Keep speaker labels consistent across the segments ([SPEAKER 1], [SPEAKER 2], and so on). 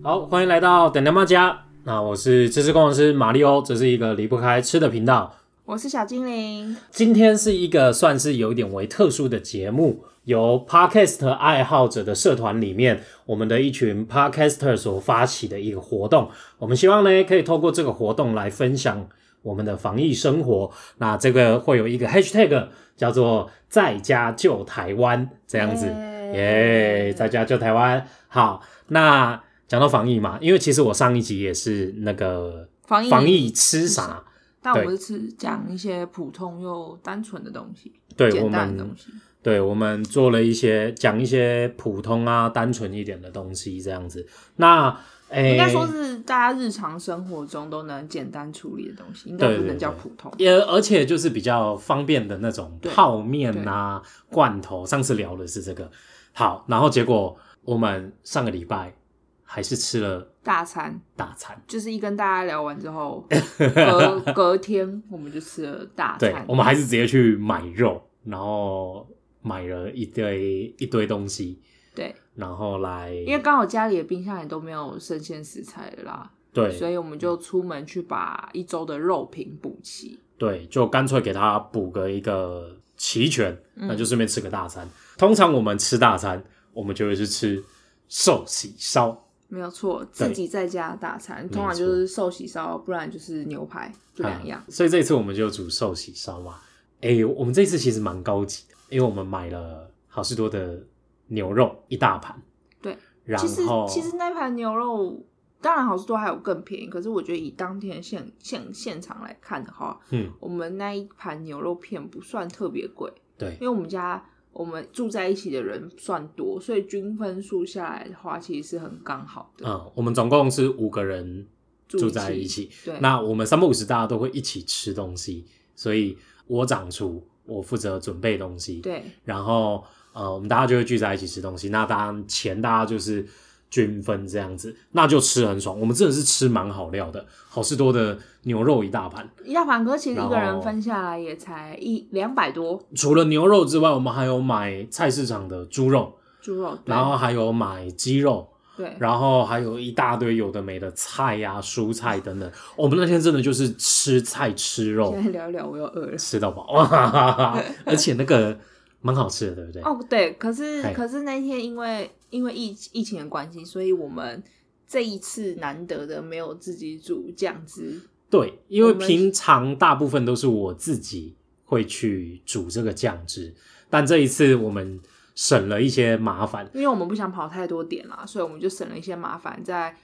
[SPEAKER 1] 好，欢迎来到等等妈家。那我是吃吃工程师马里欧，这是一个离不开吃的频道。
[SPEAKER 2] 我是小精灵，
[SPEAKER 1] 今天是一个算是有一点为特殊的节目，由 Podcast 爱好者的社团里面，我们的一群 Podcaster 所发起的一个活动。我们希望呢，可以透过这个活动来分享我们的防疫生活。那这个会有一个 Hashtag 叫做“在家救台湾”这样子，耶、在家救台湾。好，那讲到防疫嘛，因为其实我上一集也是那个
[SPEAKER 2] 防疫
[SPEAKER 1] 防疫吃啥。
[SPEAKER 2] 但
[SPEAKER 1] 对
[SPEAKER 2] 我们是讲一些普通又单纯的东西，
[SPEAKER 1] 对我
[SPEAKER 2] 简单
[SPEAKER 1] 们
[SPEAKER 2] 的东西。
[SPEAKER 1] 对，我们做了一些讲一些普通啊、单纯一点的东西，这样子。那诶，
[SPEAKER 2] 应该说是大家日常生活中都能简单处理的东西，应该
[SPEAKER 1] 对
[SPEAKER 2] 不
[SPEAKER 1] 对
[SPEAKER 2] 能叫
[SPEAKER 1] 对
[SPEAKER 2] 普通。
[SPEAKER 1] 也而且就是比较方便的那种
[SPEAKER 2] 对
[SPEAKER 1] 泡面啊、罐头。上次聊的是这个，好，然后结果我们上个礼拜还是吃了
[SPEAKER 2] 大餐
[SPEAKER 1] 大餐，
[SPEAKER 2] 就是一跟大家聊完 之后，隔隔天我们就吃了大
[SPEAKER 1] 对
[SPEAKER 2] 餐，
[SPEAKER 1] 我们还是直接去买肉，然后买了一堆一堆东西，
[SPEAKER 2] 对，
[SPEAKER 1] 然后来
[SPEAKER 2] 因为刚好家里的冰箱也都没有生鲜食材了啦，
[SPEAKER 1] 对
[SPEAKER 2] 所以我们就出门去把一周的肉品补齐。
[SPEAKER 1] 对，就干脆给他补个一个齐全，
[SPEAKER 2] 嗯
[SPEAKER 1] 那就顺便吃个大餐。通常我们吃大餐，我们就会去吃寿喜烧，
[SPEAKER 2] 没有错，
[SPEAKER 1] 对
[SPEAKER 2] 自己在家的大餐，通常
[SPEAKER 1] 没错
[SPEAKER 2] 就是寿喜烧，不然就是牛排，就两样
[SPEAKER 1] 啊。所以这次我们就煮寿喜烧嘛。诶，我们这次其实蛮高级的，因为我们买了好事多的牛肉一大盘，
[SPEAKER 2] 对，
[SPEAKER 1] 然
[SPEAKER 2] 其实
[SPEAKER 1] 后
[SPEAKER 2] 其实那盘牛肉，当然好事多还有更便宜，可是我觉得以当天现现现场来看的话，
[SPEAKER 1] 嗯，
[SPEAKER 2] 我们那一盘牛肉片不算特别贵，
[SPEAKER 1] 对
[SPEAKER 2] 因为我们家我们住在一起的人算多，所以均分数下来的话，其实是很刚好的。
[SPEAKER 1] 嗯，我们总共是五个人住在一起。
[SPEAKER 2] 对，
[SPEAKER 1] 那我们三不五时大家都会一起吃东西，所以我掌厨，我负责准备东西。
[SPEAKER 2] 对
[SPEAKER 1] 然后呃，我们大家就会聚在一起吃东西。那当然钱大家就是均分这样子，那就吃很爽。我们真的是吃蛮好料的，好事多的牛肉一大盘，
[SPEAKER 2] 一大盘哥其实一个
[SPEAKER 1] 然
[SPEAKER 2] 人
[SPEAKER 1] 后
[SPEAKER 2] 分下来也才一两百多
[SPEAKER 1] 除了牛肉之外，我们还有买菜市场的猪肉，
[SPEAKER 2] 猪肉，对
[SPEAKER 1] 然后还有买鸡肉。
[SPEAKER 2] 对。
[SPEAKER 1] 然后还有一大堆有的没的菜呀、蔬菜等等。我们那天真的就是吃菜吃肉
[SPEAKER 2] 现，在聊一聊，我又饿了。
[SPEAKER 1] 吃到饱， 哇哈哈哈而且那个蛮好吃的，对不对？
[SPEAKER 2] 哦，对，可是
[SPEAKER 1] 嘿
[SPEAKER 2] 可是那天因为因为疫疫情的关系，所以我们这一次难得的没有自己煮酱汁，
[SPEAKER 1] 对，因为
[SPEAKER 2] 我们
[SPEAKER 1] 平常大部分都是我自己会去煮这个酱汁，但这一次我们省了一些麻烦。
[SPEAKER 2] 因为我们不想跑太多点啦，所以我们就省了一些麻烦。在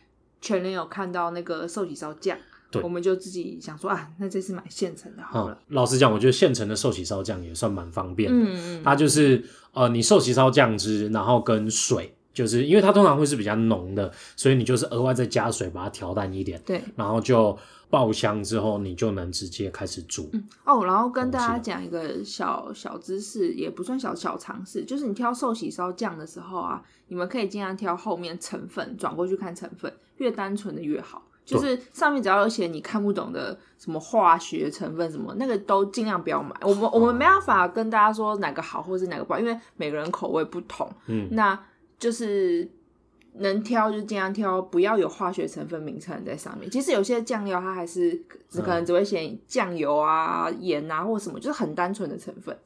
[SPEAKER 2] 全联有看到那个寿喜烧酱，
[SPEAKER 1] 对
[SPEAKER 2] 我们就自己想说啊，那这次买现成的好
[SPEAKER 1] 啊、
[SPEAKER 2] 了。
[SPEAKER 1] 老实讲，我觉得现成的寿喜烧酱也算蛮方便的。
[SPEAKER 2] 嗯嗯，
[SPEAKER 1] 它就是呃，你寿喜烧酱汁，然后跟水，就是因为它通常会是比较浓的，所以你就是额外再加水把它调淡一点，
[SPEAKER 2] 对。
[SPEAKER 1] 然后就爆香之后，你就能直接开始煮。
[SPEAKER 2] 哦，然后跟
[SPEAKER 1] 东
[SPEAKER 2] 大
[SPEAKER 1] 西
[SPEAKER 2] 家
[SPEAKER 1] 啊
[SPEAKER 2] 讲一个小小知识，也不算小小常识，就是你挑寿喜烧酱的时候啊，你们可以尽量挑后面成分，转过去看成分，越单纯的越好。就是上面只要有写你看不懂的什么化学成分什么，那个都尽量不要买。我们
[SPEAKER 1] 哦
[SPEAKER 2] 我们没办法跟大家说哪个好或是哪个不好，因为每个人口味不同。
[SPEAKER 1] 嗯，
[SPEAKER 2] 那就是能挑就尽量挑，不要有化学成分名称在上面。其实有些酱料它还是只
[SPEAKER 1] 嗯
[SPEAKER 2] 可能只会写酱油啊、盐啊或什么，就是很单纯的成分。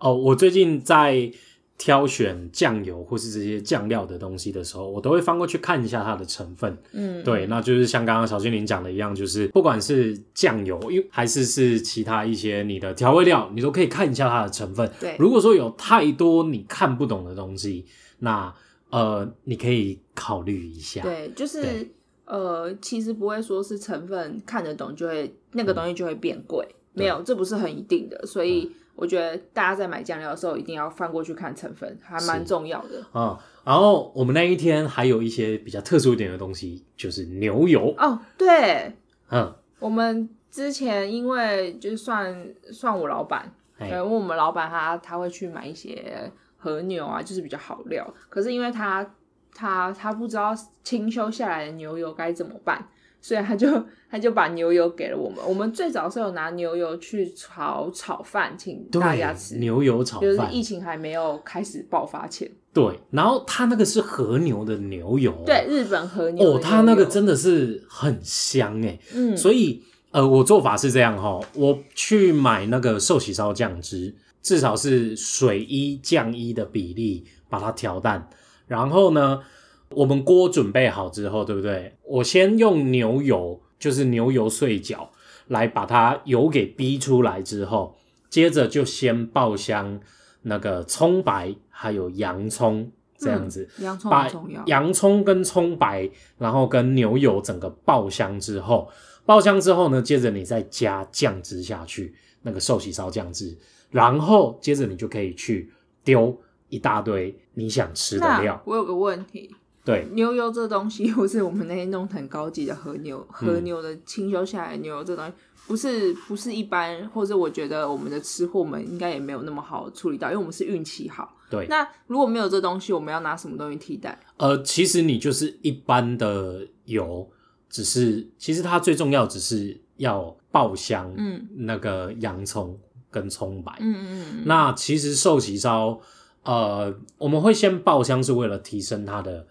[SPEAKER 1] 哦，我最近在挑选酱油或是这些酱料的东西的时候，我都会翻过去看一下它的成分。
[SPEAKER 2] 嗯，
[SPEAKER 1] 对，那就是像刚刚小精灵讲的一样，就是不管是酱油，因为还是是其他一些你的调味料，你都可以看一下它的成分。
[SPEAKER 2] 对
[SPEAKER 1] 如果说有太多你看不懂的东西，那呃，你可以考虑一下。
[SPEAKER 2] 对，就是
[SPEAKER 1] 对
[SPEAKER 2] 呃，其实不会说是成分看得懂就会那个东西就会变贵，
[SPEAKER 1] 对
[SPEAKER 2] 没有，这不是很一定的，所
[SPEAKER 1] 嗯
[SPEAKER 2] 以。我觉得大家在买酱料的时候，一定要翻过去看成分，还蛮
[SPEAKER 1] 是
[SPEAKER 2] 重要的
[SPEAKER 1] 啊、然后我们那一天还有一些比较特殊一点的东西，就是牛油。
[SPEAKER 2] 哦。对，
[SPEAKER 1] 嗯，
[SPEAKER 2] 我们之前因为就是算算我老板，
[SPEAKER 1] 哎
[SPEAKER 2] 呃，问我们老板他他会去买一些和牛啊，就是比较好料。可是因为他他他不知道清修下来的牛油该怎么办，所以他就他就把牛油给了我们。我们最早是有拿牛油去炒炒饭，请大家吃，
[SPEAKER 1] 对，牛油炒
[SPEAKER 2] 就是
[SPEAKER 1] 饭哦
[SPEAKER 2] 疫，情还没有开始爆发前，
[SPEAKER 1] 对，然后它那个是和牛的牛油，
[SPEAKER 2] 对，日本和牛
[SPEAKER 1] 哦，它那个
[SPEAKER 2] 真，
[SPEAKER 1] 真的是很香哎，
[SPEAKER 2] 嗯，
[SPEAKER 1] 所以呃，我做法是这样哈、我去买那个寿喜烧酱汁，至少是水一酱一的比例把它调淡，然后呢，我们锅准备好之后，对不对？我先用牛油，就是牛油碎角来把它油给逼出来之后，接着就先爆香那个葱白还有洋葱这样子。
[SPEAKER 2] 洋葱
[SPEAKER 1] 把
[SPEAKER 2] 很重要，
[SPEAKER 1] 洋葱跟葱白，然后跟牛油整个爆香之后，爆香之后呢，接着你再加酱汁下去，那个寿喜烧酱汁，然后接着你就可以去丢一大堆你想吃的
[SPEAKER 2] 那
[SPEAKER 1] 料，
[SPEAKER 2] 我有个问题，
[SPEAKER 1] 对，
[SPEAKER 2] 牛油这东西， 不是我们那天弄得很高级的和牛，
[SPEAKER 1] 嗯
[SPEAKER 2] 和牛的清修下来的牛油这东西，不是不是一般，或者我觉得我们的吃货们应该也没有那么好处理到，因为我们是运气好。
[SPEAKER 1] 对
[SPEAKER 2] 那如果没有这东西，我们要拿什么东西替代？
[SPEAKER 1] 呃，其实你就是一般的油，只是其实它最重要只是要爆香，
[SPEAKER 2] 嗯，
[SPEAKER 1] 那个洋葱跟葱白，
[SPEAKER 2] 嗯嗯嗯嗯，
[SPEAKER 1] 那其实寿喜烧，呃，我们会先爆香是为了提升它的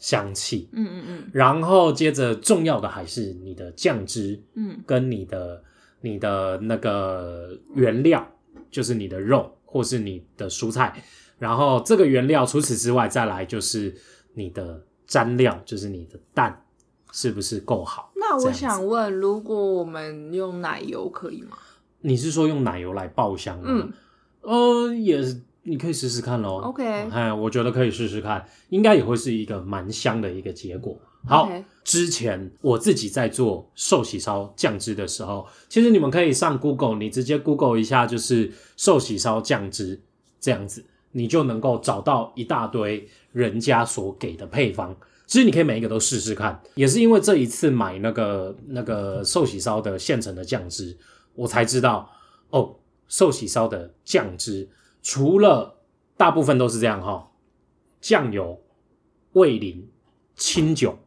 [SPEAKER 1] 香气，
[SPEAKER 2] 嗯嗯嗯
[SPEAKER 1] 然后接着重要的还是你的酱汁
[SPEAKER 2] 嗯
[SPEAKER 1] 跟你的你的那个原料，就是你的肉或是你的蔬菜，然后这个原料除此之外再来就是你的蘸料，就是你的蛋是不是够好？这
[SPEAKER 2] 那我
[SPEAKER 1] 样子
[SPEAKER 2] 想问，如果我们用奶油可以吗？
[SPEAKER 1] 你是说用奶油来爆香吗？
[SPEAKER 2] 嗯，
[SPEAKER 1] 呃，也是，你可以试试看喽。
[SPEAKER 2] OK
[SPEAKER 1] 哎，我觉得可以试试看，应该也会是一个蛮香的一个结果。好
[SPEAKER 2] OK
[SPEAKER 1] 之前我自己在做寿喜烧酱汁的时候，其实你们可以上 Google，你直接 Google 一下，就是寿喜烧酱汁这样子，你就能够找到一大堆人家所给的配方。其实你可以每一个都试试看，也是因为这一次买那个那个寿喜烧的现成的酱汁，我才知道哦，寿喜烧的酱汁除了大部分都是这样哈、酱油、味淋、清酒，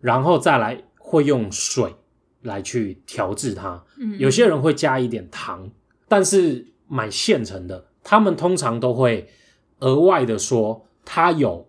[SPEAKER 1] 然后再来会用水来去调制它。
[SPEAKER 2] 嗯，
[SPEAKER 1] 有些人会加一点糖，但是买现成的，他们通常都会额外的说它有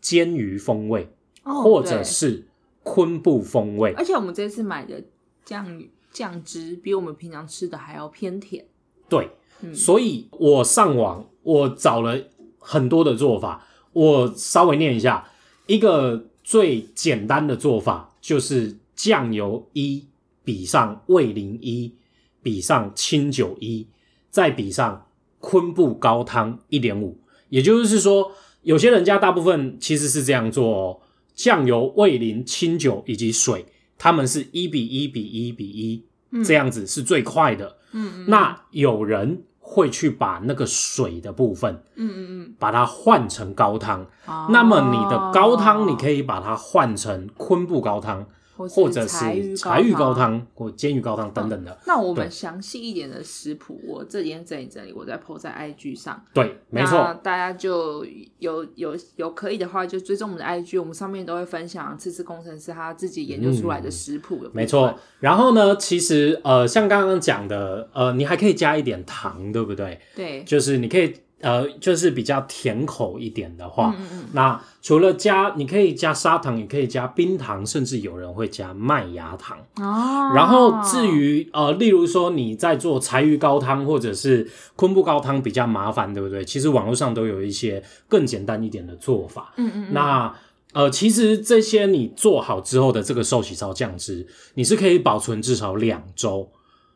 [SPEAKER 1] 煎鱼风味，
[SPEAKER 2] 哦
[SPEAKER 1] 或者
[SPEAKER 2] 对
[SPEAKER 1] 是昆布风味。
[SPEAKER 2] 而且我们这次买的酱酱汁比我们平常吃的还要偏甜。
[SPEAKER 1] 对，
[SPEAKER 2] 嗯
[SPEAKER 1] 所以我上网我找了很多的做法，我稍微念一下，一个最简单的做法就是酱油一比上味淋一，比上清酒一，再比上昆布高汤一点五，也就是说，有些人家大部分其实是这样做哦，酱油、味淋、清酒以及水，他们是一比一比一比一、
[SPEAKER 2] 嗯
[SPEAKER 1] 这样子是最快的。
[SPEAKER 2] 嗯嗯，
[SPEAKER 1] 那有人会去把那个水的部分，
[SPEAKER 2] 嗯嗯嗯，
[SPEAKER 1] 把它换成高汤。
[SPEAKER 2] 哦
[SPEAKER 1] 那么你的高汤，你可以把它换成昆布高汤，或者是柴鱼高。汤嗯或煎鱼高汤等等的。
[SPEAKER 2] 那我们
[SPEAKER 1] 对
[SPEAKER 2] 详细一点的食谱，我这边整理整理，我再 po 在 IG 上。
[SPEAKER 1] 对，没
[SPEAKER 2] 那
[SPEAKER 1] 错，
[SPEAKER 2] 大家就有有有可以的话，就追踪我们的 IG，我们上面都会分享次次工程师他自己研究出来的食谱的、
[SPEAKER 1] 嗯没错，。然后呢，其实呃，像刚刚讲的，呃，你还可以加一点糖，对不对？
[SPEAKER 2] 对，
[SPEAKER 1] 就是你可以呃，就是比较甜口一点的话，
[SPEAKER 2] 嗯嗯
[SPEAKER 1] 那除了加，你可以加砂糖，也可以加冰糖，甚至有人会加麦芽糖。
[SPEAKER 2] 嗯，哦。
[SPEAKER 1] 然后至于呃，例如说你在做柴鱼高汤或者是昆布高汤比较麻烦，对不对？其实网络上都有一些更简单一点的做法。
[SPEAKER 2] 嗯嗯嗯，
[SPEAKER 1] 那呃，其实这些你做好之后的这个寿喜烧酱汁，你是可以保存至少两周，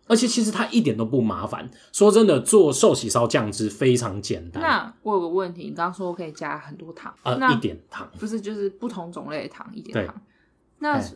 [SPEAKER 1] 而且其实它一点都不麻烦。说真的，做寿喜烧酱汁非常简单，
[SPEAKER 2] 那我有个问题，你刚刚说我可以加很多糖，
[SPEAKER 1] 呃，
[SPEAKER 2] 那
[SPEAKER 1] 一点糖。
[SPEAKER 2] 不是就是不同种类的糖一
[SPEAKER 1] 对
[SPEAKER 2] 点糖，那
[SPEAKER 1] 哎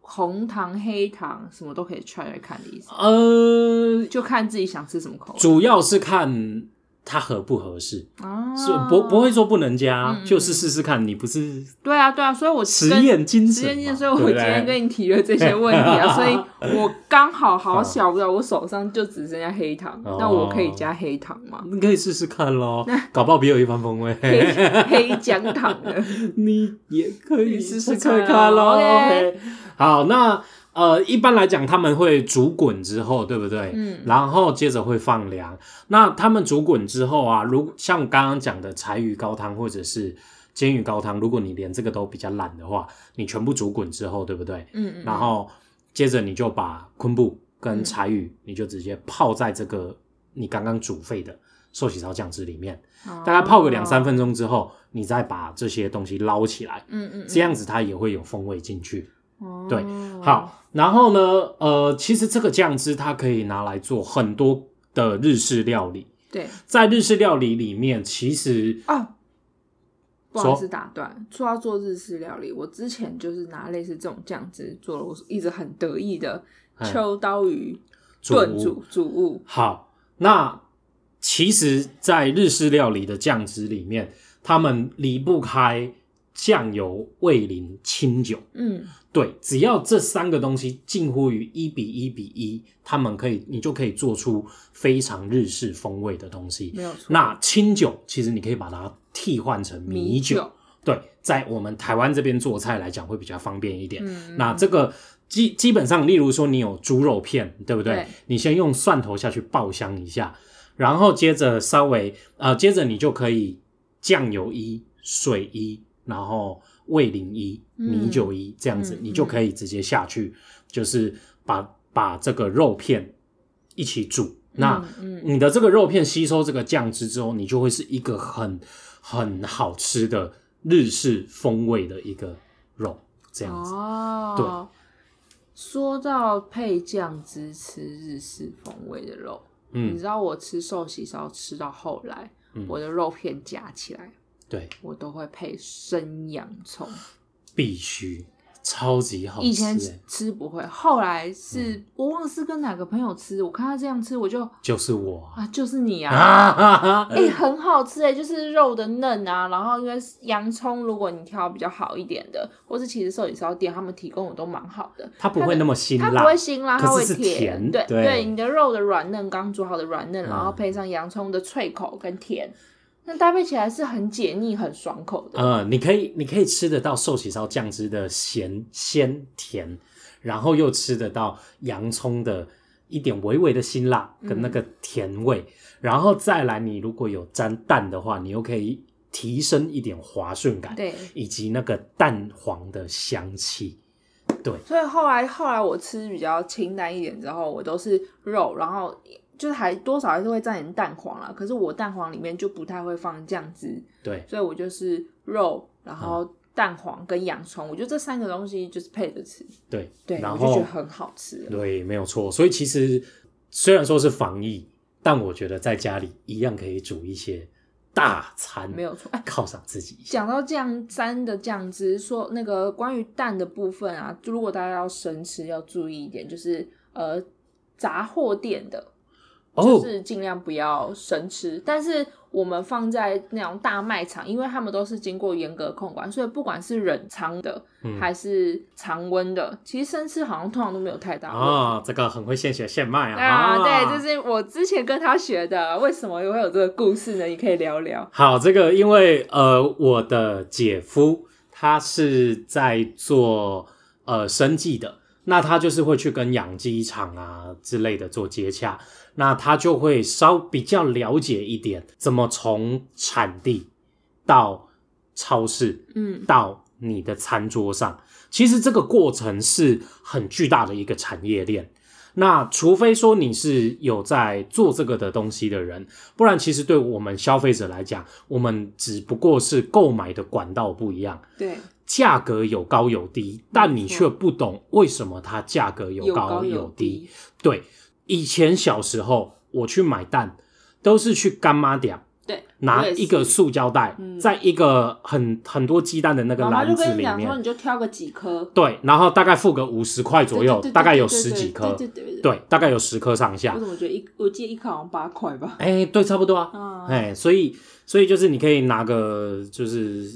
[SPEAKER 2] 红糖、黑糖什么都可以 try 来看的意思，
[SPEAKER 1] 呃，
[SPEAKER 2] 就看自己想吃什么口味。
[SPEAKER 1] 主要是看它合不合适，
[SPEAKER 2] 啊，
[SPEAKER 1] 是不不会说不能加，
[SPEAKER 2] 嗯嗯
[SPEAKER 1] 就是试试看。你不是
[SPEAKER 2] 对啊对啊，所以我
[SPEAKER 1] 实
[SPEAKER 2] 跟
[SPEAKER 1] 验精
[SPEAKER 2] 时
[SPEAKER 1] 神嘛，
[SPEAKER 2] 间所以我
[SPEAKER 1] 对不
[SPEAKER 2] 今
[SPEAKER 1] 对
[SPEAKER 2] 天跟你提了这些问 题啊，所以我刚好好巧不巧，我手上就只剩下黑糖，
[SPEAKER 1] 哦
[SPEAKER 2] 那我可以加黑糖吗？
[SPEAKER 1] 你可以试试看咯，搞不好别有一番风 味。
[SPEAKER 2] 黑黑姜糖 的，
[SPEAKER 1] 你也可以试试看
[SPEAKER 2] 试试看
[SPEAKER 1] 看咯。
[SPEAKER 2] 哦
[SPEAKER 1] OK 好，那呃，一般来讲他们会煮滚之后，对不对？
[SPEAKER 2] 嗯
[SPEAKER 1] 然后接着会放凉。那他们煮滚之后啊，如像刚刚讲的柴鱼高汤或者是煎鱼高汤，如果你连这个都比较懒的话，你全部煮滚之后，对不对？
[SPEAKER 2] 嗯嗯，
[SPEAKER 1] 然后接着你就把昆布跟柴
[SPEAKER 2] 嗯
[SPEAKER 1] 鱼，你就直接泡在这个你刚刚煮沸的寿喜烧酱汁里面，
[SPEAKER 2] 哦
[SPEAKER 1] 大概泡个两三，分钟之后，你再把这些东西捞起来，
[SPEAKER 2] 嗯嗯，
[SPEAKER 1] 这样子它也会有风味进去。
[SPEAKER 2] 嗯
[SPEAKER 1] 对，好，然后呢，呃，其实这个酱汁它可以拿来做很多的日式料理，
[SPEAKER 2] 对
[SPEAKER 1] 在日式料理里面，其实
[SPEAKER 2] 啊。不好意思打断，说到做日式料理，我之前就是拿类似这种酱汁做了，我一直很得意的
[SPEAKER 1] 嗯
[SPEAKER 2] 秋刀鱼
[SPEAKER 1] 煮
[SPEAKER 2] 炖煮煮物，
[SPEAKER 1] 好，那其实，在日式料理的酱汁里面，他们离不开酱油、味淋、清酒。
[SPEAKER 2] 嗯，
[SPEAKER 1] 对，只要这三个东西近乎于一比一比一，他们可以，你就可以做出非常日式风味的东西。
[SPEAKER 2] 没有错。
[SPEAKER 1] 那清酒其实你可以把它替换成米酒，
[SPEAKER 2] 酒，
[SPEAKER 1] 对，在我们台湾这边做菜来讲会比较方便一点。
[SPEAKER 2] 嗯，
[SPEAKER 1] 那这个基基本上，例如说你有猪肉片，对不对？
[SPEAKER 2] 对
[SPEAKER 1] 你先用蒜头下去爆香一下，然后接着稍微呃，接着你就可以酱油一、水一，然后味淋一、
[SPEAKER 2] 嗯
[SPEAKER 1] 米酒一这样子，
[SPEAKER 2] 嗯
[SPEAKER 1] 你就可以直接下去，就是把把这个肉片一起煮。那
[SPEAKER 2] 嗯嗯
[SPEAKER 1] 你的这个肉片吸收这个酱汁之后，你就会是一个很很好吃的日式风味的一个肉，这样子。
[SPEAKER 2] 哦，说到配酱汁吃日式风味的肉，你
[SPEAKER 1] 嗯
[SPEAKER 2] 知道我吃寿喜烧吃到后来，
[SPEAKER 1] 嗯，
[SPEAKER 2] 我的肉片夹起来，
[SPEAKER 1] 对，
[SPEAKER 2] 我都会配生洋葱。
[SPEAKER 1] 必须超级好吃欸。嗯
[SPEAKER 2] 以前吃不会，后来是、我忘了是跟哪个朋友吃，我看他这样吃，我就
[SPEAKER 1] 就是我啊
[SPEAKER 2] 啊，就是你啊。
[SPEAKER 1] 啊哈 哈
[SPEAKER 2] 哎、很好吃哎、就是肉的嫩啊，然后因为洋葱，如果你挑比较好一点的，或是其实寿喜烧店他们提供的都蛮好的，
[SPEAKER 1] 它不会那么辛
[SPEAKER 2] 它
[SPEAKER 1] 辣，
[SPEAKER 2] 不会辛辣，它
[SPEAKER 1] 可
[SPEAKER 2] 会
[SPEAKER 1] 是是甜
[SPEAKER 2] 对
[SPEAKER 1] 对
[SPEAKER 2] 你的肉的软嫩，刚煮好的软嫩，
[SPEAKER 1] 嗯
[SPEAKER 2] 然后配上洋葱的脆口跟甜，那搭配起来是很解腻、很爽口的。
[SPEAKER 1] 呃，你可以你可以吃得到寿喜烧酱汁的咸鲜甜，然后又吃得到洋葱的一点微微的辛辣跟那个甜味，然后再来你如果有沾蛋的话，你又可以提升一点滑顺感，
[SPEAKER 2] 对，
[SPEAKER 1] 以及那个蛋黄的香气。
[SPEAKER 2] 所以后来后来我吃比较清淡一点之后，我都是肉，然后就是还多少还是会沾点蛋黄啦。可是我蛋黄里面就不太会放酱汁，
[SPEAKER 1] 对，
[SPEAKER 2] 所以我就是肉，然
[SPEAKER 1] 嗯
[SPEAKER 2] 后蛋黄跟洋葱，我觉得这三个东西就是配着吃，
[SPEAKER 1] 对
[SPEAKER 2] 对，
[SPEAKER 1] 然
[SPEAKER 2] 我就觉
[SPEAKER 1] 后
[SPEAKER 2] 得很好吃了。
[SPEAKER 1] 对，没有错。所以其实虽然说是防疫，但我觉得在家里一样可以煮一些大餐，
[SPEAKER 2] 没有错，哎
[SPEAKER 1] 犒赏自己一下。
[SPEAKER 2] 讲到酱沾的酱汁，说那个关于蛋的部分啊，如果大家要生吃，要注意一点，就是呃，杂货店的，就
[SPEAKER 1] 哦，
[SPEAKER 2] 是尽量不要生吃。但是我们放在那种大卖场，因为他们都是经过严格控管，所以不管是冷藏的
[SPEAKER 1] 嗯
[SPEAKER 2] 还是常温的，其实生吃好像通常都没有太大问题。
[SPEAKER 1] 啊，这个很会现学现卖啊！
[SPEAKER 2] 啊，对，这是我之前跟他学的。为什么会有这个故事呢？你可以聊聊。
[SPEAKER 1] 好，这个因为呃，我的姐夫他是在做呃生计的，那他就是会去跟养鸡场啊之类的做接洽，那他就会稍比较了解一点怎么从产地到超市
[SPEAKER 2] 嗯
[SPEAKER 1] 到你的餐桌上。其实这个过程是很巨大的一个产业链。那除非说你是有在做这个的东西的人，不然其实对我们消费者来讲，我们只不过是购买的管道不一样，
[SPEAKER 2] 对，
[SPEAKER 1] 价格有高有低，但你却不懂为什么它价格有高有低。，对，以前小时候我去买蛋都是去干妈店，
[SPEAKER 2] 对，
[SPEAKER 1] 拿
[SPEAKER 2] 我也是嗯
[SPEAKER 1] 一个塑胶袋，在一个很很多鸡蛋的那个
[SPEAKER 2] 妈妈
[SPEAKER 1] 篮
[SPEAKER 2] 就
[SPEAKER 1] 子
[SPEAKER 2] 跟你
[SPEAKER 1] 里
[SPEAKER 2] 讲说，
[SPEAKER 1] 面，
[SPEAKER 2] 你就挑个几颗
[SPEAKER 1] 对，然后大概付个五十块左右
[SPEAKER 2] 对对，对
[SPEAKER 1] 大概
[SPEAKER 2] 对
[SPEAKER 1] 有
[SPEAKER 2] 对
[SPEAKER 1] 十
[SPEAKER 2] 对
[SPEAKER 1] 几颗，
[SPEAKER 2] 对对对对。
[SPEAKER 1] 对，大概有十颗上下
[SPEAKER 2] 我，怎么觉得一我记得一颗好像八块吧？
[SPEAKER 1] 哎，对，差不多啊，
[SPEAKER 2] 啊，
[SPEAKER 1] 哎，所以所以就是你可以拿个就是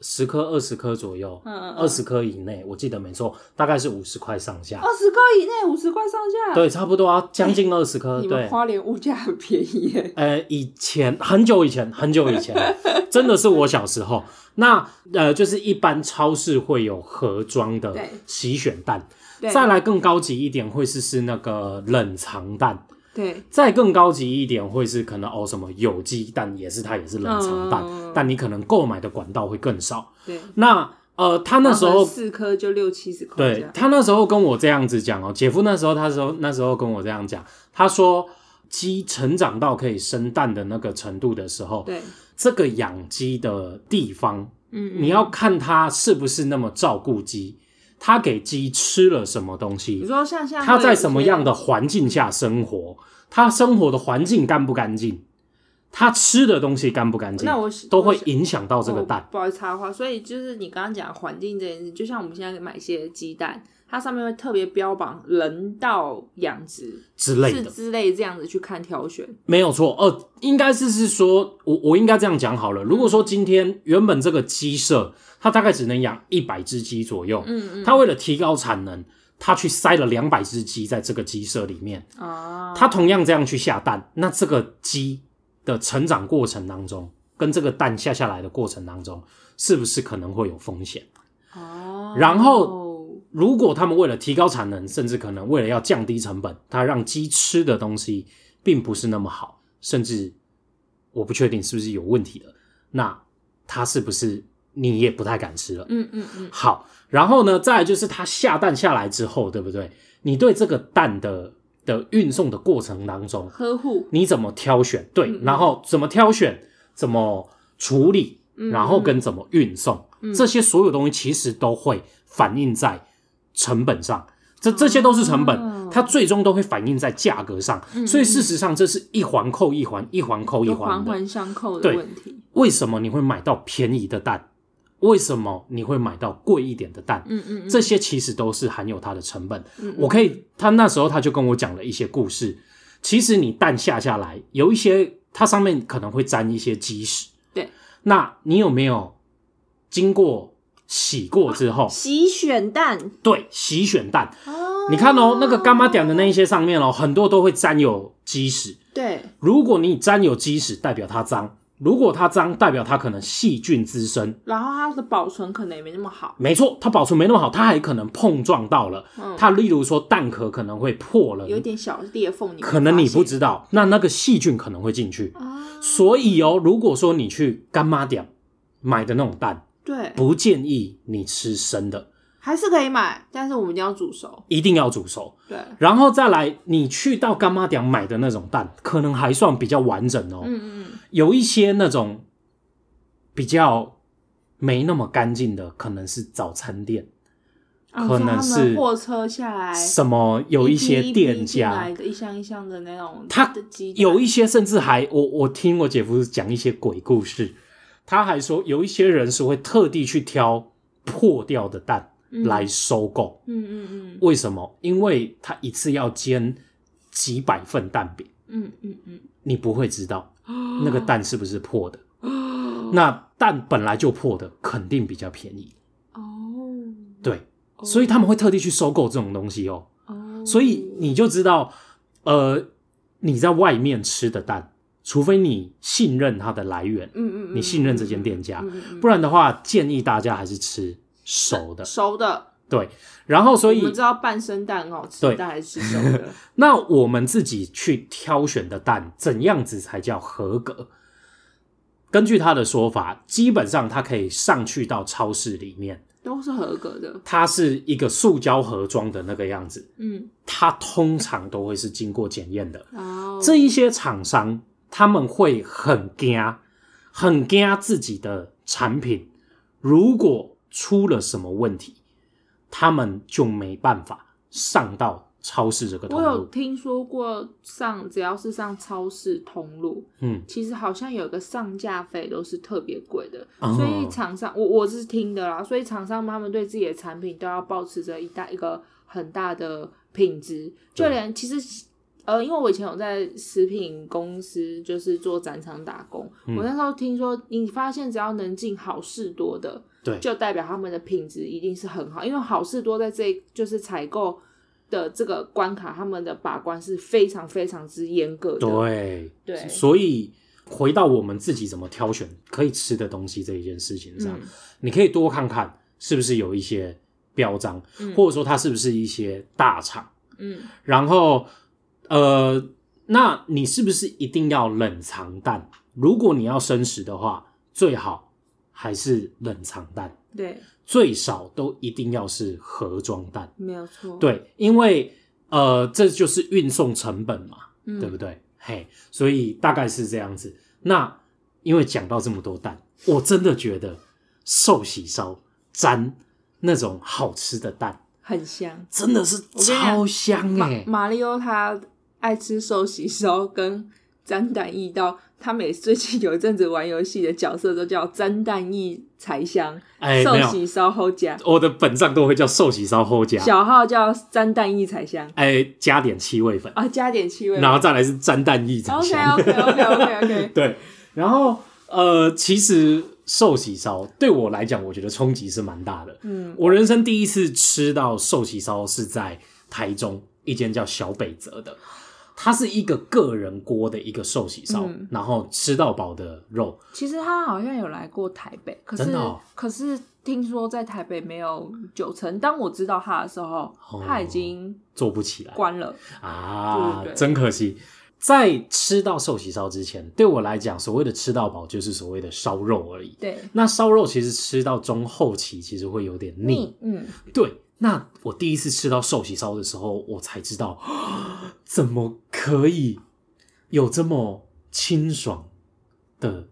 [SPEAKER 1] 十颗、二十颗左右，
[SPEAKER 2] 嗯嗯，
[SPEAKER 1] 二十颗以内，我记得没错，大概是五十块上下，
[SPEAKER 2] 二十颗以内五十块上下。，
[SPEAKER 1] 对，差不多啊，将近二十颗，
[SPEAKER 2] 哎你
[SPEAKER 1] 对
[SPEAKER 2] 们。花莲物价很便宜耶。
[SPEAKER 1] 呃，以前很久以前，很久以前，真的是我小时候。那呃，就是一般超市会有盒装的
[SPEAKER 2] 对
[SPEAKER 1] 洗选蛋，
[SPEAKER 2] 对
[SPEAKER 1] 再来更高级一点会是是那个冷藏蛋，
[SPEAKER 2] 对，
[SPEAKER 1] 再更高级一点会是可能哦什么有机蛋，也是它也是冷藏蛋，
[SPEAKER 2] 嗯
[SPEAKER 1] 但你可能购买的管道会更少。
[SPEAKER 2] 对，
[SPEAKER 1] 那呃，他那时
[SPEAKER 2] 然后
[SPEAKER 1] 候
[SPEAKER 2] 四颗就六七十块这
[SPEAKER 1] 对
[SPEAKER 2] 样。
[SPEAKER 1] 他那时候跟我这样子讲哦，姐夫那时候他时候那时候跟我这样讲，他说鸡成长到可以生蛋的那个程度的时候，
[SPEAKER 2] 对，
[SPEAKER 1] 这个养鸡的地方，
[SPEAKER 2] 嗯，
[SPEAKER 1] 你要看它是不是那么照顾鸡，它给鸡吃了什么东
[SPEAKER 2] 你
[SPEAKER 1] 西，
[SPEAKER 2] 说像像
[SPEAKER 1] 它
[SPEAKER 2] 会有
[SPEAKER 1] 在
[SPEAKER 2] 一
[SPEAKER 1] 什么
[SPEAKER 2] 些
[SPEAKER 1] 样的环境下生活，它生活的环境干不干净，它吃的东西干不干净
[SPEAKER 2] 那，我
[SPEAKER 1] 都会
[SPEAKER 2] 我
[SPEAKER 1] 影响到这个
[SPEAKER 2] 哦
[SPEAKER 1] 蛋。
[SPEAKER 2] 不好意思插话，所以就是你刚刚讲环境这件事，就像我们现在买一些鸡蛋，它上面会特别标榜人道养殖
[SPEAKER 1] 之类
[SPEAKER 2] 是
[SPEAKER 1] 的。
[SPEAKER 2] 之类这样子去看挑选。
[SPEAKER 1] 没有错，呃，应该是是说，我我应该这样讲好了。如果说今天原本这个鸡舍，它大概只能养一百只鸡左右，
[SPEAKER 2] 嗯
[SPEAKER 1] 它为了提高产能，它去塞了两百只鸡在这个鸡舍里面，
[SPEAKER 2] 嗯啊，
[SPEAKER 1] 它同样这样去下蛋，那这个鸡的成长过程当中，跟这个蛋下下来的过程当中，是不是可能会有风险？
[SPEAKER 2] 哦，
[SPEAKER 1] 然后如果他们为了提高产能，甚至可能为了要降低成本，它让鸡吃的东西并不是那么好，甚至我不确定是不是有问题的，那它是不是你也不太敢吃了？
[SPEAKER 2] 嗯嗯嗯，
[SPEAKER 1] 好，然后呢，再来就是它下蛋下来之后，对不对？你对这个蛋的的运送的过程当中，
[SPEAKER 2] 呵护，
[SPEAKER 1] 你怎么挑选？对，
[SPEAKER 2] 嗯嗯
[SPEAKER 1] 然后怎么挑选，怎么处理，
[SPEAKER 2] 嗯
[SPEAKER 1] 然后跟怎么运送，
[SPEAKER 2] 嗯
[SPEAKER 1] 这些所有东西其实都会反映在成本上。这这些都是成本，
[SPEAKER 2] 哦
[SPEAKER 1] 它最终都会反映在价格上。
[SPEAKER 2] 嗯
[SPEAKER 1] 所以事实上，这是一环扣一环，一环扣一
[SPEAKER 2] 有
[SPEAKER 1] 环
[SPEAKER 2] 环
[SPEAKER 1] 的。
[SPEAKER 2] 环相扣的
[SPEAKER 1] 对
[SPEAKER 2] 问题。
[SPEAKER 1] 为什么你会买到便宜的蛋？为什么你会买到贵一点的蛋？
[SPEAKER 2] 嗯嗯，嗯
[SPEAKER 1] 这些其实都是含有它的成本。
[SPEAKER 2] 嗯嗯
[SPEAKER 1] 我可以，他那时候他就跟我讲了一些故事。其实你蛋下下来，有一些它上面可能会沾一些鸡屎。
[SPEAKER 2] 对，
[SPEAKER 1] 那你有没有经过洗过之后，
[SPEAKER 2] 洗选蛋
[SPEAKER 1] 对洗选蛋？
[SPEAKER 2] 哦
[SPEAKER 1] 你看哦，那个干妈点的那一些上面哦，很多都会沾有鸡屎。
[SPEAKER 2] 对
[SPEAKER 1] 如果你沾有鸡屎，代表它脏；如果它脏，代表它可能细菌滋生。
[SPEAKER 2] 然后它的保存可能也没那么好，
[SPEAKER 1] 没错，它保存没那么好，它还可能碰撞到了，
[SPEAKER 2] 嗯
[SPEAKER 1] 它例如说蛋壳可能会破了，
[SPEAKER 2] 有点小裂缝，你
[SPEAKER 1] 可能你不知
[SPEAKER 2] 道
[SPEAKER 1] 道，那那个细菌可能会进去。
[SPEAKER 2] 啊，
[SPEAKER 1] 所以哦，如果说你去干妈店买的那种蛋，
[SPEAKER 2] 对，
[SPEAKER 1] 不建议你吃生的，
[SPEAKER 2] 还是可以买，但是我们一定要煮熟，
[SPEAKER 1] 一定要煮熟。
[SPEAKER 2] 对，
[SPEAKER 1] 然后再来，你去到干妈店买的那种蛋，可能还算比较完整哦。
[SPEAKER 2] 嗯嗯嗯，
[SPEAKER 1] 有一些那种比较没那么干净的，可能是早餐店，
[SPEAKER 2] 啊你
[SPEAKER 1] 可
[SPEAKER 2] 说
[SPEAKER 1] 能
[SPEAKER 2] 他们
[SPEAKER 1] 是
[SPEAKER 2] 货车下来，
[SPEAKER 1] 什么有
[SPEAKER 2] 一
[SPEAKER 1] 些
[SPEAKER 2] 批一批
[SPEAKER 1] 店
[SPEAKER 2] 进
[SPEAKER 1] 家
[SPEAKER 2] 来的一箱一箱的那种，
[SPEAKER 1] 他
[SPEAKER 2] 的鸡蛋
[SPEAKER 1] 有一些甚至还我我听我姐夫讲一些鬼故事，他还说有一些人是会特地去挑破掉的蛋来，收购，
[SPEAKER 2] 嗯嗯嗯
[SPEAKER 1] 为什么？因为他一次要煎几百份蛋饼，
[SPEAKER 2] 嗯嗯嗯
[SPEAKER 1] 你不会知道
[SPEAKER 2] 嗯，
[SPEAKER 1] 那个 蛋是不是破的。
[SPEAKER 2] 哦
[SPEAKER 1] 那蛋本来就破的，肯定比较便宜，对，
[SPEAKER 2] 哦
[SPEAKER 1] 所以他们会特地去收购这种东西哦。
[SPEAKER 2] 哦，
[SPEAKER 1] 所以你就知道，呃，你在外面吃的蛋，除非你信任它的来源，
[SPEAKER 2] 嗯嗯嗯，
[SPEAKER 1] 你信任这间店家
[SPEAKER 2] 嗯，嗯嗯
[SPEAKER 1] 不然的话，建议大家还是吃熟的。
[SPEAKER 2] 熟的，
[SPEAKER 1] 对，然后所
[SPEAKER 2] 我们
[SPEAKER 1] 以
[SPEAKER 2] 知道半生蛋很好吃
[SPEAKER 1] 对，
[SPEAKER 2] 但还是熟 的，
[SPEAKER 1] 那我们自己去挑选的蛋，怎样子才叫合格？根据他的说法，基本上它可以上去到超市里面，
[SPEAKER 2] 都是合格的，
[SPEAKER 1] 它是一个塑胶盒装的那个样子，
[SPEAKER 2] 嗯，
[SPEAKER 1] 它通常都会是经过检验的。
[SPEAKER 2] 哦，
[SPEAKER 1] 这一些厂商他们会很惊，很惊自己的产品如果出了什么问题，他们就没办法上到超市这个
[SPEAKER 2] 我
[SPEAKER 1] 通
[SPEAKER 2] 有
[SPEAKER 1] 路。
[SPEAKER 2] 听说过上，只要是上超市通路，
[SPEAKER 1] 嗯，
[SPEAKER 2] 其实好像有个上架费都是特别贵的，
[SPEAKER 1] 哦
[SPEAKER 2] 所以厂商我我是听的啦，所以厂商他们对自己的产品都要保持着一大一个很大的品质，就
[SPEAKER 1] 对
[SPEAKER 2] 连其实。呃，因为我以前有在食品公司，就是做展场打工。
[SPEAKER 1] 嗯
[SPEAKER 2] 我那时候听说，你发现只要能进好事多的，
[SPEAKER 1] 对
[SPEAKER 2] 就代表他们的品质一定是很好，因为好事多在这一就是采购的这个关卡，他们的把关是非常非常之严格的。
[SPEAKER 1] 对
[SPEAKER 2] 对
[SPEAKER 1] 所以回到我们自己怎么挑选可以吃的东西这一件事情上，
[SPEAKER 2] 嗯
[SPEAKER 1] 你可以多看看是不是有一些标章，
[SPEAKER 2] 嗯
[SPEAKER 1] 或者说它是不是一些大厂。
[SPEAKER 2] 嗯，
[SPEAKER 1] 然后，呃，那你是不是一定要冷藏蛋？如果你要生食的话，最好还是冷藏蛋，
[SPEAKER 2] 对，
[SPEAKER 1] 最少都一定要是盒装蛋。
[SPEAKER 2] 没有错。，
[SPEAKER 1] 对，因为呃，这就是运送成本嘛，
[SPEAKER 2] 嗯，
[SPEAKER 1] 对不对？嘿，所以大概是这样子。那因为讲到这么多蛋，我真的觉得寿喜烧沾那种好吃的蛋，
[SPEAKER 2] 很香。
[SPEAKER 1] 真的是
[SPEAKER 2] 我跟你讲
[SPEAKER 1] 超香
[SPEAKER 2] 马
[SPEAKER 1] 哎、
[SPEAKER 2] 马里奥他爱吃寿喜烧跟沾蛋意到，他每最近有一阵子玩游戏的角色都叫沾蛋意才香，
[SPEAKER 1] 哎
[SPEAKER 2] 寿
[SPEAKER 1] 没有啊
[SPEAKER 2] 喜烧后加，
[SPEAKER 1] 我的本账都会叫寿喜烧后加，
[SPEAKER 2] 小号叫沾蛋意才香
[SPEAKER 1] 哎，加点七味粉，
[SPEAKER 2] 啊，加点气味。
[SPEAKER 1] 然后再来是沾蛋意才
[SPEAKER 2] OK
[SPEAKER 1] 香。
[SPEAKER 2] OK OK OK OK，
[SPEAKER 1] 对，然后呃，其实寿喜烧对我来讲，我觉得冲击是蛮大的。
[SPEAKER 2] 嗯
[SPEAKER 1] 我人生第一次吃到寿喜烧是在台中一间叫小北泽的，它是一个个人锅的一个寿喜烧，
[SPEAKER 2] 嗯
[SPEAKER 1] 然后吃到饱的肉，
[SPEAKER 2] 其实他好像有来过台北，可是、
[SPEAKER 1] 真的哦
[SPEAKER 2] 可是听说在台北没有九成。当我知道他的时候，
[SPEAKER 1] 哦
[SPEAKER 2] 他已经
[SPEAKER 1] 做不起来。
[SPEAKER 2] 关了。
[SPEAKER 1] 啊，
[SPEAKER 2] 对对对
[SPEAKER 1] 真可惜。在吃到寿喜烧之前，对我来讲，所谓的吃到饱就是所谓的烧肉而已。
[SPEAKER 2] 对，
[SPEAKER 1] 那烧肉其实吃到中后期，其实会有点腻。
[SPEAKER 2] 你嗯，
[SPEAKER 1] 对，那我第一次吃到寿喜烧的时候，我才知道 怎么可以有这么清爽的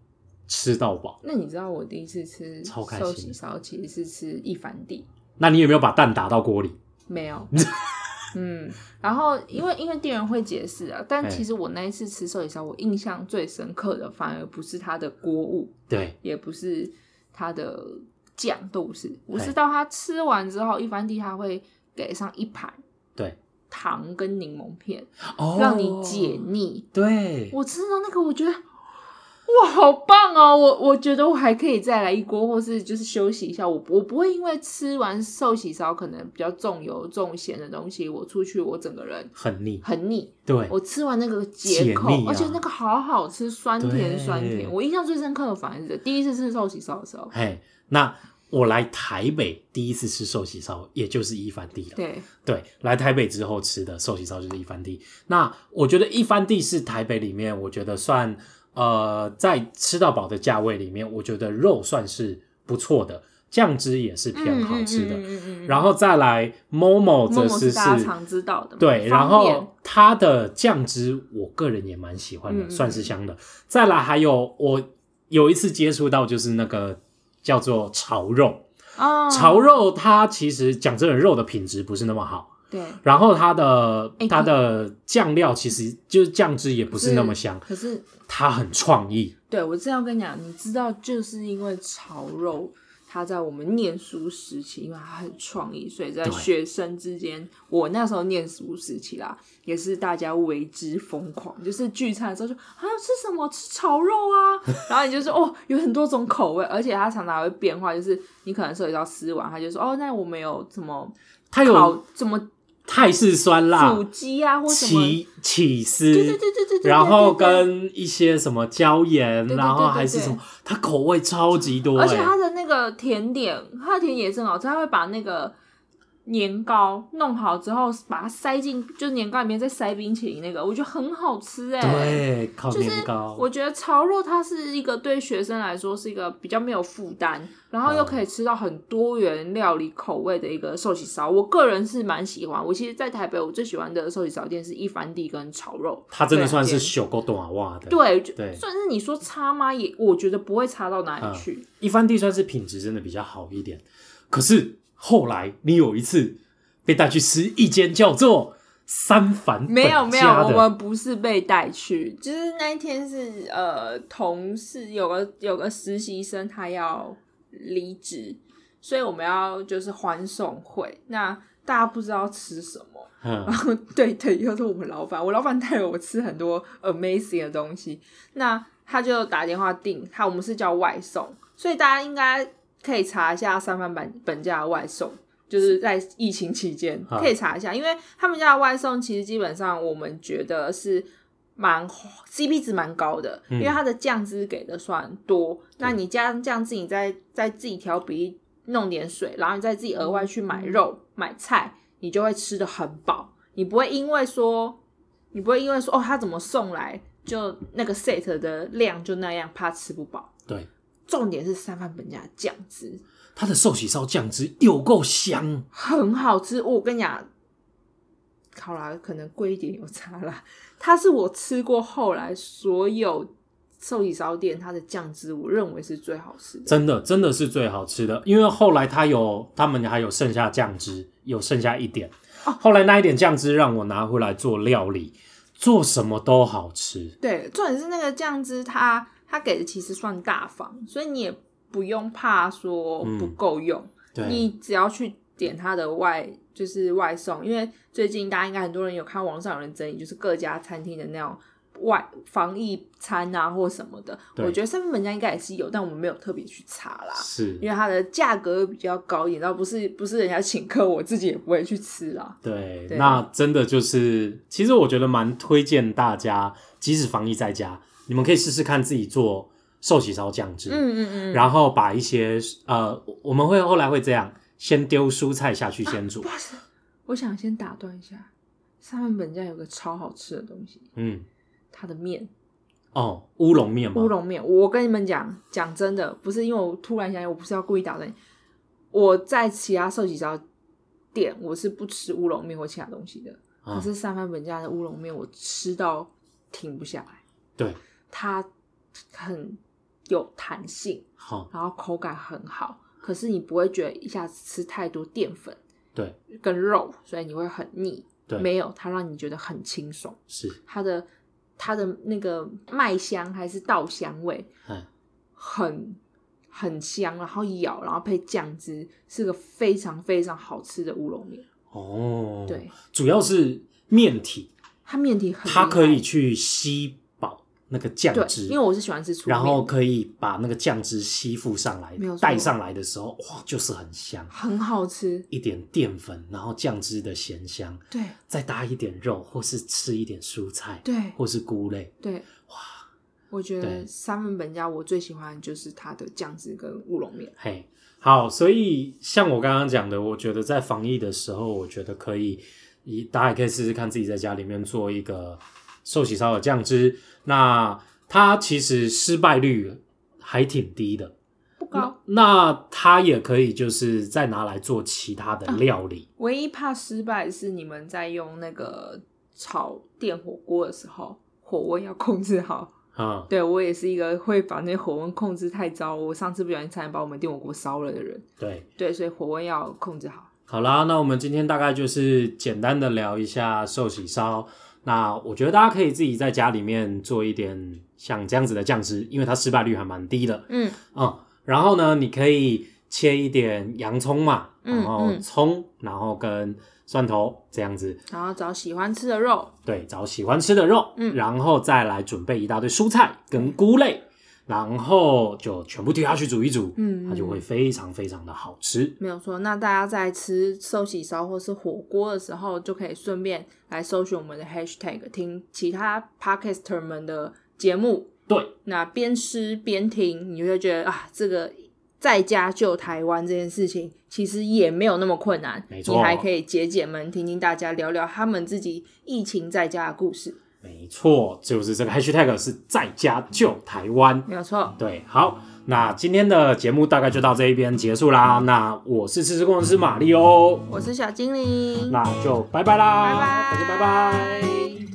[SPEAKER 1] 吃到饱。
[SPEAKER 2] 那你知道我第一次吃
[SPEAKER 1] 超开
[SPEAKER 2] 寿
[SPEAKER 1] 心
[SPEAKER 2] 喜
[SPEAKER 1] 的
[SPEAKER 2] 烧其实是吃一凡地，
[SPEAKER 1] 那你有没有把蛋打到锅里？
[SPEAKER 2] 没 有。嗯，然后因为因为店员会解释啊，但
[SPEAKER 1] 哎
[SPEAKER 2] 其实我那一次吃寿喜烧，我印象最深刻的反而不是它的锅物，
[SPEAKER 1] 对，
[SPEAKER 2] 也不是它的酱都不是，我
[SPEAKER 1] 嘿
[SPEAKER 2] 是到它吃完之后，一番地他会给上一盘
[SPEAKER 1] 对
[SPEAKER 2] 糖跟柠檬片，
[SPEAKER 1] 哦
[SPEAKER 2] 让你解。腻。
[SPEAKER 1] 对，
[SPEAKER 2] 我吃到那个，我觉得哇，好棒哦！我我觉得我还可以再来一锅，或是就是休息一下。我我不会因为吃完寿喜烧可能比较重油重咸的东西，我出去我整个人
[SPEAKER 1] 很腻。
[SPEAKER 2] 很腻。
[SPEAKER 1] 对，
[SPEAKER 2] 我吃完那个解口，
[SPEAKER 1] 解腻啊
[SPEAKER 2] 而且那个好好吃，酸
[SPEAKER 1] 对
[SPEAKER 2] 甜酸甜。我印象最深刻的反而是这第一次吃寿喜烧的时候，
[SPEAKER 1] 嘿，那我来台北第一次吃寿喜烧，也就是一番地了。
[SPEAKER 2] 对，
[SPEAKER 1] 对，来台北之后吃的寿喜烧就是一番地。那我觉得一番地是台北里面，我觉得算呃，在吃到饱的价位里面，我觉得肉算是不错的，酱汁也是偏好吃的。
[SPEAKER 2] 嗯嗯嗯嗯嗯嗯
[SPEAKER 1] 然后再来 Momo，
[SPEAKER 2] 默
[SPEAKER 1] 这
[SPEAKER 2] 默
[SPEAKER 1] 是
[SPEAKER 2] 是大家常知道的嘛，
[SPEAKER 1] 对，然
[SPEAKER 2] 方便
[SPEAKER 1] 后它的酱汁我个人也蛮喜欢的，
[SPEAKER 2] 嗯嗯
[SPEAKER 1] 算是香的。再来还有我有一次接触到就是那个叫做潮肉，
[SPEAKER 2] 啊，
[SPEAKER 1] 潮肉它其实讲真的肉的品质不是那么好，
[SPEAKER 2] 对，
[SPEAKER 1] 然后它的
[SPEAKER 2] 哎
[SPEAKER 1] 它的酱料其实就是酱汁也不是那么香，
[SPEAKER 2] 可是
[SPEAKER 1] 它很创意。
[SPEAKER 2] 对我正要跟你讲，你知道，就是因为炒肉，它在我们念书时期，因为它很创意，所以在
[SPEAKER 1] 对
[SPEAKER 2] 学生之间，我那时候念书时期啦，也是大家为之疯狂，就是聚餐的时候就啊吃什么吃炒肉啊，然后你就说哦有很多种口味，而且它常常还会变化，就是你可能涉及到吃完，他就说哦那我们有什么
[SPEAKER 1] 它有
[SPEAKER 2] 烤什么
[SPEAKER 1] 泰式酸辣
[SPEAKER 2] 煮、鸡啊或什么。
[SPEAKER 1] 起起
[SPEAKER 2] 对对
[SPEAKER 1] 司，
[SPEAKER 2] 对对对对，
[SPEAKER 1] 然后
[SPEAKER 2] 对对对
[SPEAKER 1] 跟一些什么椒盐，
[SPEAKER 2] 对对对
[SPEAKER 1] 然后还是
[SPEAKER 2] 对对
[SPEAKER 1] 什么，它口味超级多、
[SPEAKER 2] 而且
[SPEAKER 1] 哎
[SPEAKER 2] 它的那个甜点，它的甜点也是很好吃，它会把那个年糕弄好之后，把它塞进就是年糕里面再塞冰淇淋那个，我觉得很好吃哎、
[SPEAKER 1] 对，烤
[SPEAKER 2] 就是
[SPEAKER 1] 年糕，
[SPEAKER 2] 我觉得潮肉它是一个对学生来说是一个比较没有负担，然后又
[SPEAKER 1] 哦
[SPEAKER 2] 可以吃到很多元料理口味的一个寿喜烧，我个人是蛮喜欢。我其实，在台北我最喜欢的寿喜烧店是一番地跟潮肉，
[SPEAKER 1] 它真的
[SPEAKER 2] 这
[SPEAKER 1] 算
[SPEAKER 2] 两
[SPEAKER 1] 是
[SPEAKER 2] 间
[SPEAKER 1] 小够短袜的。，
[SPEAKER 2] 对，就
[SPEAKER 1] 对
[SPEAKER 2] 算是你说差吗？也我觉得不会差到哪
[SPEAKER 1] 嗯
[SPEAKER 2] 里去。
[SPEAKER 1] 一番地算是品质真的比较好一点。可是后来你有一次被带去吃一间叫做三反
[SPEAKER 2] 没有
[SPEAKER 1] 本
[SPEAKER 2] 没有，
[SPEAKER 1] 家
[SPEAKER 2] 我
[SPEAKER 1] 的
[SPEAKER 2] 们不是被带去，就是那一天是呃，同事有个有个实习生他要离职，所以我们要就是欢送会。那大家不知道吃什么，
[SPEAKER 1] 嗯
[SPEAKER 2] 然后对对，又是我们老板，我老板带了我吃很多 amazing 的东西。那他就打电话订，他我们是叫外送，所以大家应该可以查一下三番本本家的外送，就是在疫情期间
[SPEAKER 1] 啊
[SPEAKER 2] 可以查一下，因为他们家的外送其实基本上我们觉得是。蛮 CP 值蛮高的，因为它的酱汁给的算多，那你加上酱汁，你再再自己调比例，弄点水，然后你再自己额外去买肉、买菜，你就会吃的很饱，你不会因为说，你不会因为说哦，他怎么送来就那个 set 的量就那样，怕吃不饱。
[SPEAKER 1] 对，
[SPEAKER 2] 重点是三番本家的酱汁
[SPEAKER 1] 它的寿喜烧酱汁有够香，
[SPEAKER 2] 很好吃，我跟你讲，好啦，可能贵一点有差啦。它是我吃过后来所有寿喜烧店它的酱汁，我认为是最好吃的。
[SPEAKER 1] 真的真的是最好吃的。因为后来它有他们还有剩下酱汁，有剩下一点，
[SPEAKER 2] 哦
[SPEAKER 1] 后来那一点酱汁让我拿回来做料理，做什么都好吃。
[SPEAKER 2] 对，重点是那个酱汁它，它给的其实算大方，所以你也不用怕说不够用。
[SPEAKER 1] 对，
[SPEAKER 2] 你只要去点它的外，就是外送，因为最近大家应该很多人有看网上有人整理，就是各家餐厅的那种外防疫餐啊或什么的。
[SPEAKER 1] 对
[SPEAKER 2] 我觉得三分本家应该也是有，但我们没有特别去查啦，
[SPEAKER 1] 是
[SPEAKER 2] 因，为它的价格比较高一点，然后不是不是人家请客，我自己也不会去吃啦。
[SPEAKER 1] 对，
[SPEAKER 2] 对
[SPEAKER 1] 那真的就是，其实我觉得蛮推荐大家，即使防疫在家，你们可以试试看自己做寿喜烧酱汁，
[SPEAKER 2] 嗯嗯嗯，
[SPEAKER 1] 然后把一些呃，我们会后来会这样，先丢蔬菜下去先
[SPEAKER 2] 啊
[SPEAKER 1] 煮，
[SPEAKER 2] 我想先打断一下，三分本家有个超好吃的东西，
[SPEAKER 1] 嗯，
[SPEAKER 2] 它的面。
[SPEAKER 1] 哦，乌龙面嘛，
[SPEAKER 2] 乌龙面，我跟你们讲，讲真的，不是因为我突然想起，我不是要故意打断你。我在其他寿喜烧店，我是不吃乌龙面或其他东西的。
[SPEAKER 1] 嗯
[SPEAKER 2] 可是三番本家的乌龙面，我吃到停不下来，
[SPEAKER 1] 对，
[SPEAKER 2] 它很有弹性，
[SPEAKER 1] 好、
[SPEAKER 2] 然后口感很好，可是你不会觉得一下子吃太多淀粉
[SPEAKER 1] 对
[SPEAKER 2] 跟肉，所以你会很腻。
[SPEAKER 1] 对
[SPEAKER 2] 没有，它让你觉得很清爽，
[SPEAKER 1] 是，
[SPEAKER 2] 它的它的那个麦香还是稻香味，
[SPEAKER 1] 嗯，
[SPEAKER 2] 很很香，然后咬，然后配酱汁，是个非常非常好吃的乌龙面。
[SPEAKER 1] 哦，，
[SPEAKER 2] 对，
[SPEAKER 1] 主要是面体，
[SPEAKER 2] 它面体很厉害
[SPEAKER 1] 它可以去吸饱那个酱
[SPEAKER 2] 对，
[SPEAKER 1] 汁，
[SPEAKER 2] 因为我是喜欢吃粗面，
[SPEAKER 1] 然后可以把那个酱汁吸附上来
[SPEAKER 2] 没有，错
[SPEAKER 1] 带上来的时候，哇，就是很香，
[SPEAKER 2] 很好吃。
[SPEAKER 1] 一点淀粉，然后酱汁的咸香，
[SPEAKER 2] 对
[SPEAKER 1] 再搭一点肉，或是吃一点蔬菜，
[SPEAKER 2] 对
[SPEAKER 1] 或是菇类，
[SPEAKER 2] 对，哇！我觉
[SPEAKER 1] 对
[SPEAKER 2] 得三分本家我最喜欢的就是它的酱汁跟乌龙面。
[SPEAKER 1] 嘿，好，所以像我刚刚讲的，我觉得在防疫的时候，我觉得可以，以大家也可以试试看自己在家里面做一个寿喜烧的酱汁。那它其实失败率还挺低的，
[SPEAKER 2] 不高，
[SPEAKER 1] 那它也可以就是再拿来做其他的料理。
[SPEAKER 2] 唯一怕失败是你们在用那个炒电火锅的时候，火温要控制好。
[SPEAKER 1] 啊、
[SPEAKER 2] 对我也是一个会把那火温控制太糟，我上次不小心差点把我们电火锅烧了的人。
[SPEAKER 1] 对，
[SPEAKER 2] 对，所以火温要控制好。
[SPEAKER 1] 好啦，那我们今天大概就是简单的聊一下寿喜烧。那我觉得大家可以自己在家里面做一点像这样子的酱汁，因为它失败率还蛮低的。
[SPEAKER 2] 嗯，
[SPEAKER 1] 嗯，然后呢，你可以切一点洋葱嘛，
[SPEAKER 2] 嗯
[SPEAKER 1] 然后
[SPEAKER 2] 嗯
[SPEAKER 1] 葱，然后跟蒜头这样子，
[SPEAKER 2] 然后找喜欢吃的肉，
[SPEAKER 1] 对，找喜欢吃的肉，
[SPEAKER 2] 嗯
[SPEAKER 1] 然后再来准备一大堆蔬菜跟菇类，然后就全部丢下去煮一煮，
[SPEAKER 2] 嗯
[SPEAKER 1] 它就会非常非常的好吃。
[SPEAKER 2] 没有错。那大家在吃寿喜烧或是火锅的时候，就可以顺便来搜寻我们的 hashtag，听其他 podcaster 们的节目。
[SPEAKER 1] 对，
[SPEAKER 2] 那边吃边听，你就会觉得啊，这个在家救台湾这件事情其实也没有那么困难。
[SPEAKER 1] 没错
[SPEAKER 2] 你还可以解解闷，听听大家聊聊他们自己疫情在家的故事。
[SPEAKER 1] 没错，就是这个 hashtag 是在家救台湾。
[SPEAKER 2] 没有错，
[SPEAKER 1] 对，好，那今天的节目大概就到这一边结束啦。那我是吃吃工程师马里哦，嗯
[SPEAKER 2] 我是小精灵，
[SPEAKER 1] 那就拜拜啦，
[SPEAKER 2] 拜拜，
[SPEAKER 1] 大家拜拜。
[SPEAKER 2] 拜